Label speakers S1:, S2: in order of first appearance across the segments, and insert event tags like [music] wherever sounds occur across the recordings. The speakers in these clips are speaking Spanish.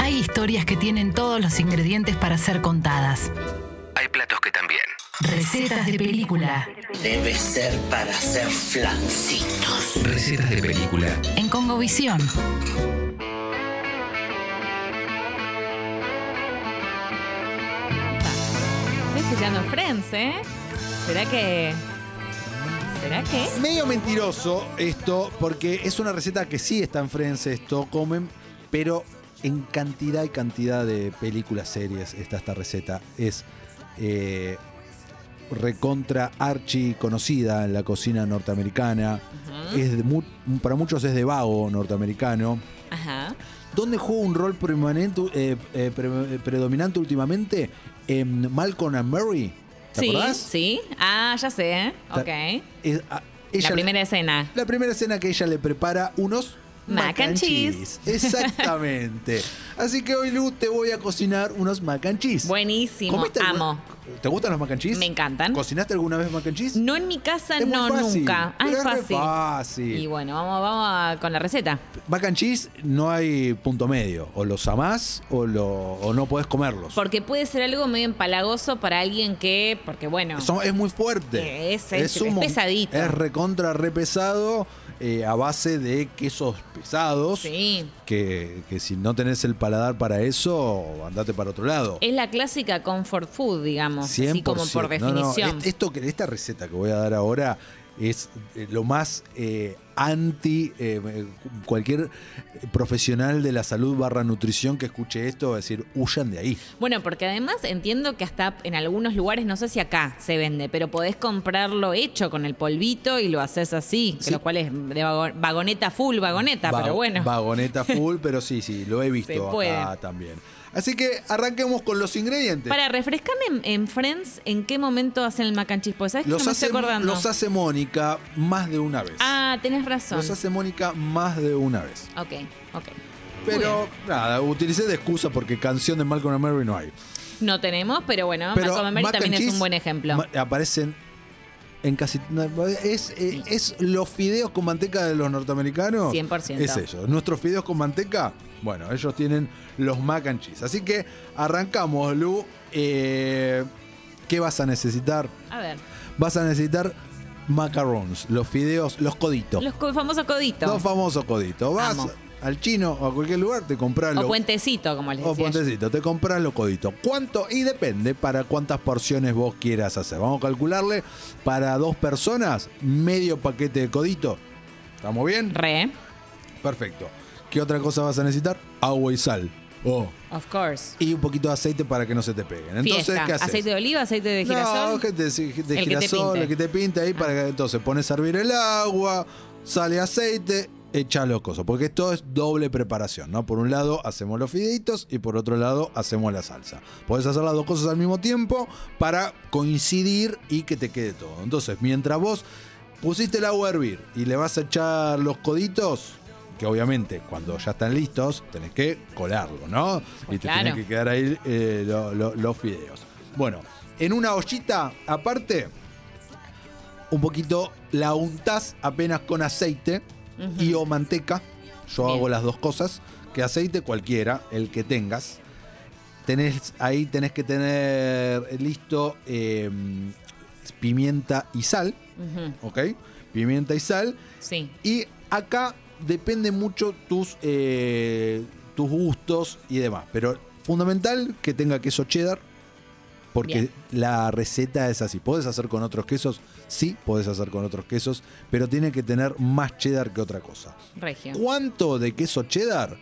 S1: Hay historias que tienen todos los ingredientes para ser contadas.
S2: Hay platos que también.
S1: Recetas de película.
S3: Debe ser para hacer flancitos.
S2: Recetas de película.
S1: En Congovisión.
S4: Estoy escuchando Friends, ¿eh? ¿Será que.? ¿Será que?
S5: Medio mentiroso esto, porque es una receta que sí está en Friends, esto comen, pero en cantidad y cantidad de películas, series está esta receta. Es eh, recontra archi conocida en la cocina norteamericana. Es de mu- para muchos es de vago norteamericano.
S4: Ajá.
S5: ¿Dónde juega un rol permanente, eh, eh, pre- predominante últimamente? En Malcolm and Mary. ¿Te
S4: sí,
S5: acordás?
S4: sí. Ah, ya sé. ¿eh? Ok.
S5: Es- a- ella
S4: La
S5: le-
S4: primera escena.
S5: la primera escena que ella le prepara unos
S4: Mac and cheese. [laughs]
S5: Exactamente. Así que hoy, Lu, te voy a cocinar unos mac and cheese.
S4: Buenísimo.
S5: ¿Comiste alguna-
S4: Amo.
S5: ¿Te gustan los mac and cheese?
S4: Me encantan. Mm.
S5: ¿Cocinaste alguna vez mac and cheese?
S4: No en mi casa,
S5: Es muy
S4: no,
S5: fácil,
S4: nunca. Ah,
S5: pero
S4: es
S5: es re
S4: fácil.
S5: fácil.
S4: Y bueno, vamos, vamos a- con la receta.
S5: Mac and cheese no hay punto medio. O los amás o, lo, o no podés comerlos.
S4: Porque puede ser algo medio empalagoso para alguien que. Porque bueno.
S5: Son- es muy fuerte.
S4: Es- es- es
S5: mon-
S4: pesadito.
S5: Es recontra, re pesado, eh, a base de quesos pesados.
S4: Sí.
S5: que, que si no tenés el paladar para eso, andate para otro lado.
S4: Es la clásica comfort food, digamos. Así como por
S5: 100%. No, este no,
S4: definición.
S5: es- esto que, esta receta que voy a dar ahora es eh, lo más eh, anti eh, eh, cualquier profesional de la salud barra nutrición que escuche esto va a decir huyan de ahí.
S4: Bueno, porque además entiendo que hasta en algunos lugares, no sé si acá se vende, pero podés comprarlo hecho con el polvito y lo haces así, que
S5: Sí.
S4: lo cual es de vago- vagoneta full, vagoneta,
S5: Va-
S4: pero bueno.
S5: Vagoneta
S4: [laughs]
S5: full, pero sí, sí, lo he
S4: Se
S5: visto
S4: puede.
S5: acá también. Así que arranquemos con los ingredientes.
S4: Para refrescarme en, en Friends, ¿en qué momento hacen el mac and cheese? Porque sabes que no
S5: los,
S4: me
S5: hace,
S4: estoy acordando.
S5: los hace Mónica más de una vez.
S4: ah, tenés razón.
S5: los hace Mónica más de una vez.
S4: Ok, ok.
S5: Pero nada, utilicé de excusa porque canción de Malcolm and Mary no hay.
S4: No tenemos, pero bueno,
S5: Pero
S4: Malcolm and Mary
S5: mac and
S4: también es
S5: cheese,
S4: un buen ejemplo.
S5: ma- aparecen en casi. Es, eh, es los fideos con manteca de los norteamericanos.
S4: 100%.
S5: Es ellos. Nuestros fideos con manteca, bueno, ellos tienen los mac and cheese. Así que arrancamos, Lu. Eh, ¿Qué vas a necesitar?
S4: A ver,
S5: Vas a necesitar macarons, los fideos, los coditos.
S4: los co- famosos coditos.
S5: Los famosos coditos. Vas
S4: Amo.
S5: al chino o a cualquier lugar, te compras
S4: o
S5: los.
S4: puentecito, como les
S5: O
S4: decía. yo.
S5: puentecito, Oh, te compras los coditos. ¿Cuánto? Y depende para cuántas porciones vos quieras hacer. Vamos a calcularle para dos personas, medio paquete de codito. ¿Estamos bien?
S4: Re,
S5: Perfecto. ¿Qué otra cosa vas a necesitar? Agua y sal. Oh.
S4: of course.
S5: Y un poquito de aceite para que no se te peguen. Entonces,
S4: Fiesta.
S5: ¿qué haces?
S4: Aceite de oliva, aceite de girasol.
S5: No, que te- de
S4: te
S5: girasol,
S4: pinte.
S5: el que te pinta ahí para que entonces pones a hervir el agua, sale aceite, echa los cosos, porque esto es doble preparación, ¿no? Por un lado hacemos los fideitos y por otro lado hacemos la salsa. Podés hacer las dos cosas al mismo tiempo para coincidir y que te quede todo. Entonces, mientras vos pusiste el agua a hervir y le vas a echar los coditos, que obviamente cuando ya están listos tenés que colarlo, ¿no? y te
S4: claro.
S5: tienen que quedar ahí eh, lo- lo- los fideos. Bueno, en una ollita aparte, un poquito la untás apenas con aceite y o manteca. Yo
S4: Bien.
S5: hago las dos cosas. Que aceite cualquiera, el que tengas. Tenés, ahí tenés que tener listo eh, pimienta y sal,
S4: Ujú,
S5: ¿ok? Pimienta y sal.
S4: Sí.
S5: Y acá depende mucho tus, eh, tus gustos y demás. Pero fundamental que tenga queso cheddar. Porque
S4: Bien.
S5: la receta es así. Podés hacer con otros quesos, sí, podés hacer con otros quesos, pero tiene que tener más cheddar que otra cosa.
S4: Regio.
S5: Oh. ¿Cuánto de queso cheddar?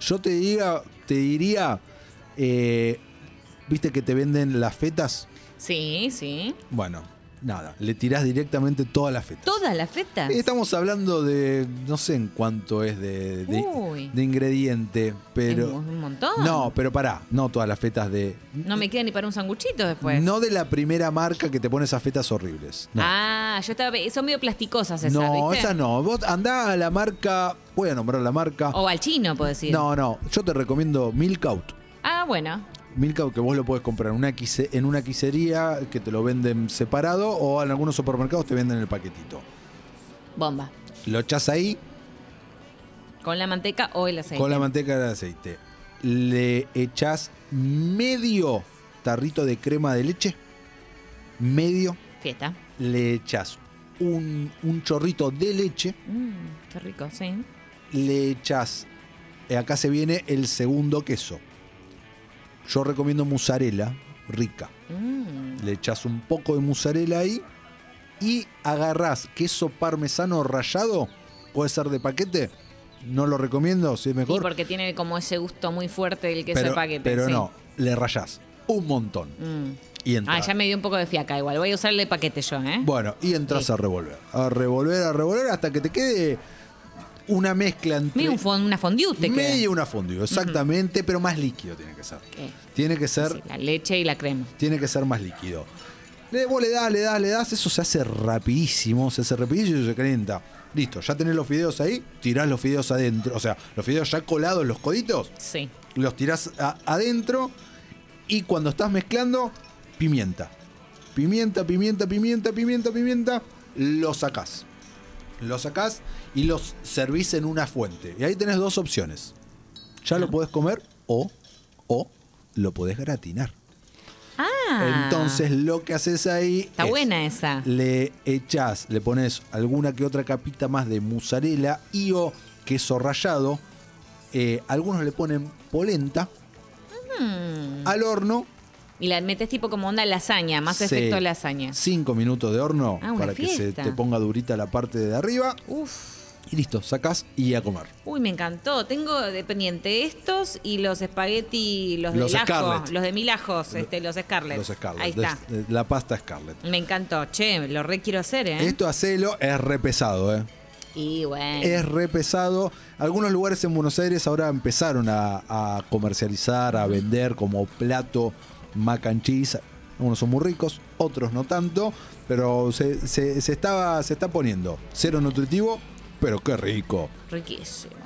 S5: Yo te diga, te diría, eh, viste que te venden las fetas.
S4: Sí, sí.
S5: Bueno, nada, le tirás directamente todas las fetas.
S4: Todas las fetas.
S5: Estamos hablando de, no sé en cuánto es de, de-
S4: Uy. Ah.
S5: de ingrediente, pero...
S4: Es un montón.
S5: No, pero pará, no todas las fetas de...
S4: No me queda ni para un sanguchito después.
S5: No de la primera marca que te pone esas fetas horribles. No,
S4: Pues. Ah, yo estaba. pe- Son medio plasticosas esas.
S5: no
S4: ¿viste?
S5: esas no. Vos andá a la marca, voy a nombrar la marca.
S4: O al chino, puedo decir.
S5: No, no, yo te recomiendo Milkout.
S4: Ah, bueno.
S5: Milkout que vos lo podés comprar en una, quise- en una quisería que te lo venden separado o en algunos supermercados te venden el paquetito.
S4: Bomba.
S5: Lo echás ahí,
S4: Con la manteca o el aceite.
S5: Con la manteca de aceite. le echás medio tarrito de crema de leche, medio,
S4: Fiesta.
S5: le echás un, un chorrito de leche,
S4: Mm, qué rico, sí.
S5: le echás, eh, acá se viene el segundo queso. Yo recomiendo mozzarella rica.
S4: Mm,
S5: Le echás un poco de mozzarella ahí y agarrás queso parmesano rallado. Puede ser de paquete. No lo recomiendo, si es
S4: Y
S5: mejor.
S4: porque tiene como ese gusto muy fuerte del queso
S5: pero,
S4: de paquete.
S5: pero
S4: sí.
S5: no, le rayás un montón.
S4: Mm.
S5: Y entras.
S4: Ah, ya me dio un poco de fiaca igual. Voy a usar el de paquete yo, ¿eh?
S5: Bueno, y entras
S4: Sí.
S5: a revolver. A revolver, a revolver hasta que te quede una mezcla entre.
S4: Medio un fon- una fondue te queda.
S5: medio una fondue, exactamente, pero más líquido tiene que ser.
S4: Eh,
S5: Tiene que ser,
S4: sí, la leche y la crema.
S5: tiene que ser más líquido. Le, vos le das, le das, le das, eso se hace rapidísimo, se hace rapidísimo y se calienta. Listo, ya tenés los fideos ahí, tirás los fideos adentro. O sea, los fideos ya colados, los coditos,
S4: Sí.
S5: los tirás a- adentro y cuando estás mezclando, pimienta. Pimienta, pimienta, pimienta, pimienta, pimienta, lo sacás. Lo sacás y los servís en una fuente. Y ahí tenés dos opciones. Ya lo podés comer o, o lo podés gratinar.
S4: Ah.
S5: Entonces lo que haces ahí...
S4: Está buena esa.
S5: Le echás, le pones alguna que otra capita más de mozzarella y o queso rallado. Eh, algunos le ponen polenta al horno.
S4: Y la metes tipo como onda lasaña, más
S5: Se-
S4: efecto lasaña.
S5: Cinco minutos de horno
S4: Ah, una
S5: para que se
S4: fiesta.
S5: te ponga durita la parte de arriba.
S4: Uf.
S5: Y listo, sacás y a comer.
S4: Uy, me encantó. Tengo de pendiente estos y los espagueti, los,
S5: Los
S4: de ajo,
S5: Scarlett.
S4: los de mil ajos, este, los Scarlett.
S5: Los Scarlett.
S4: Ahí está.
S5: des- La pasta Scarlett.
S4: Me encantó. Che, lo re quiero hacer, ¿eh?
S5: Esto hacelo es re pesado, ¿eh?
S4: Y bueno.
S5: Es re pesado. Algunos lugares en Buenos Aires ahora empezaron a, a comercializar, a vender como plato mac and cheese. Algunos son muy ricos, otros no tanto, pero se, se, se estaba, se está poniendo. Cero nutritivo, pero qué rico.
S4: Riquísimo.